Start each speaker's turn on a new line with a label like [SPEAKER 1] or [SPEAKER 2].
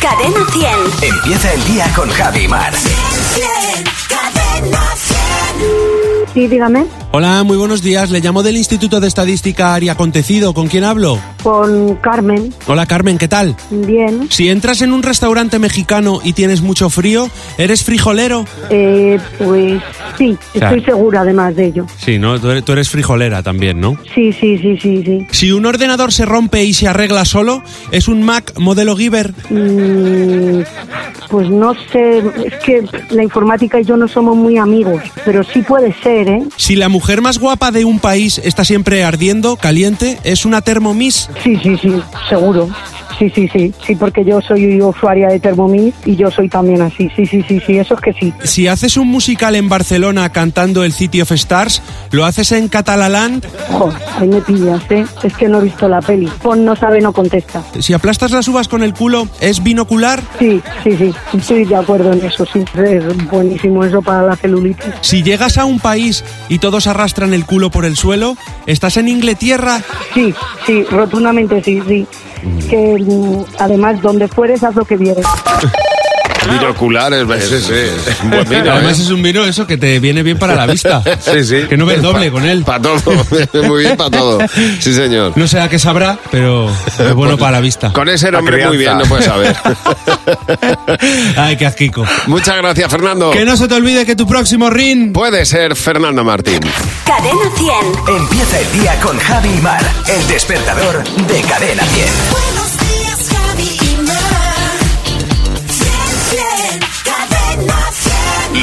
[SPEAKER 1] Cadena 100.
[SPEAKER 2] Empieza el día con Javi Mar.
[SPEAKER 1] Cadena 100.
[SPEAKER 3] Sí, dígame,
[SPEAKER 4] Hola, muy buenos días. Le llamo del Instituto de Estadística y Acontecido. ¿Con quién hablo?
[SPEAKER 3] con Carmen,
[SPEAKER 4] Hola Carmen, ¿qué tal?
[SPEAKER 3] bien,
[SPEAKER 4] Si entras en un restaurante mexicano y tienes mucho frío, ¿eres frijolero?
[SPEAKER 3] eh, pues sí,
[SPEAKER 4] Claro.
[SPEAKER 3] estoy segura además de ello.
[SPEAKER 4] Sí, ¿no? Tú eres, tú eres frijolera también, ¿no?
[SPEAKER 3] Sí, sí, sí, sí, sí.
[SPEAKER 4] Si un ordenador se rompe y se arregla solo, ¿es un Mac modelo Giver?
[SPEAKER 3] Mm, pues no sé, es que la informática y yo no somos muy amigos, pero sí puede ser, ¿eh?
[SPEAKER 4] Si la mujer más guapa de un país está siempre ardiendo, caliente, ¿es una Thermomix?
[SPEAKER 3] Sí, sí, sí, seguro. Sí, sí, sí, sí, porque yo soy usuaria de Thermomix y yo soy también así. Sí, sí, sí, sí, eso es que sí.
[SPEAKER 4] Si haces un musical en Barcelona cantando el City of Stars, ¿lo haces en Catalalán?
[SPEAKER 3] Jo, ahí me pillas, ¿eh? Es que no he visto la peli. Pon no sabe, no contesta.
[SPEAKER 4] Si aplastas las uvas con el culo, ¿es binocular?
[SPEAKER 3] Sí, sí, sí, estoy de acuerdo en eso, sí. Es buenísimo eso para la celulitis.
[SPEAKER 4] Si llegas a un país y todos arrastran el culo por el suelo, ¿estás en Inglaterra?
[SPEAKER 3] Sí, sí, rotundamente sí, sí. Que mm, además, donde fueres, haz lo que vieres.
[SPEAKER 5] Binoculares, ¿ves?
[SPEAKER 6] Ah, Sí, sí.
[SPEAKER 5] Es un buen vino, ¿eh?
[SPEAKER 4] Además es un vino eso que te viene bien para la vista.
[SPEAKER 5] Sí, sí.
[SPEAKER 4] Que no ves doble con él.
[SPEAKER 5] Para todo, muy bien para todo. Sí, señor.
[SPEAKER 4] No sé a qué sabrá, pero es bueno para la vista.
[SPEAKER 5] Con ese
[SPEAKER 6] La
[SPEAKER 5] nombre muy bien,
[SPEAKER 6] crianza.
[SPEAKER 5] no puedes saber.
[SPEAKER 4] Ay, qué asquico.
[SPEAKER 5] Muchas gracias, Fernando.
[SPEAKER 4] Que no se te olvide que tu próximo ring...
[SPEAKER 5] Puede ser Fernando Martín.
[SPEAKER 1] Cadena 100.
[SPEAKER 2] Empieza el día con Javi Mar. El despertador de Cadena 100.
[SPEAKER 1] Buenos días, Javi y Mar. 100, 100, Cadena 100.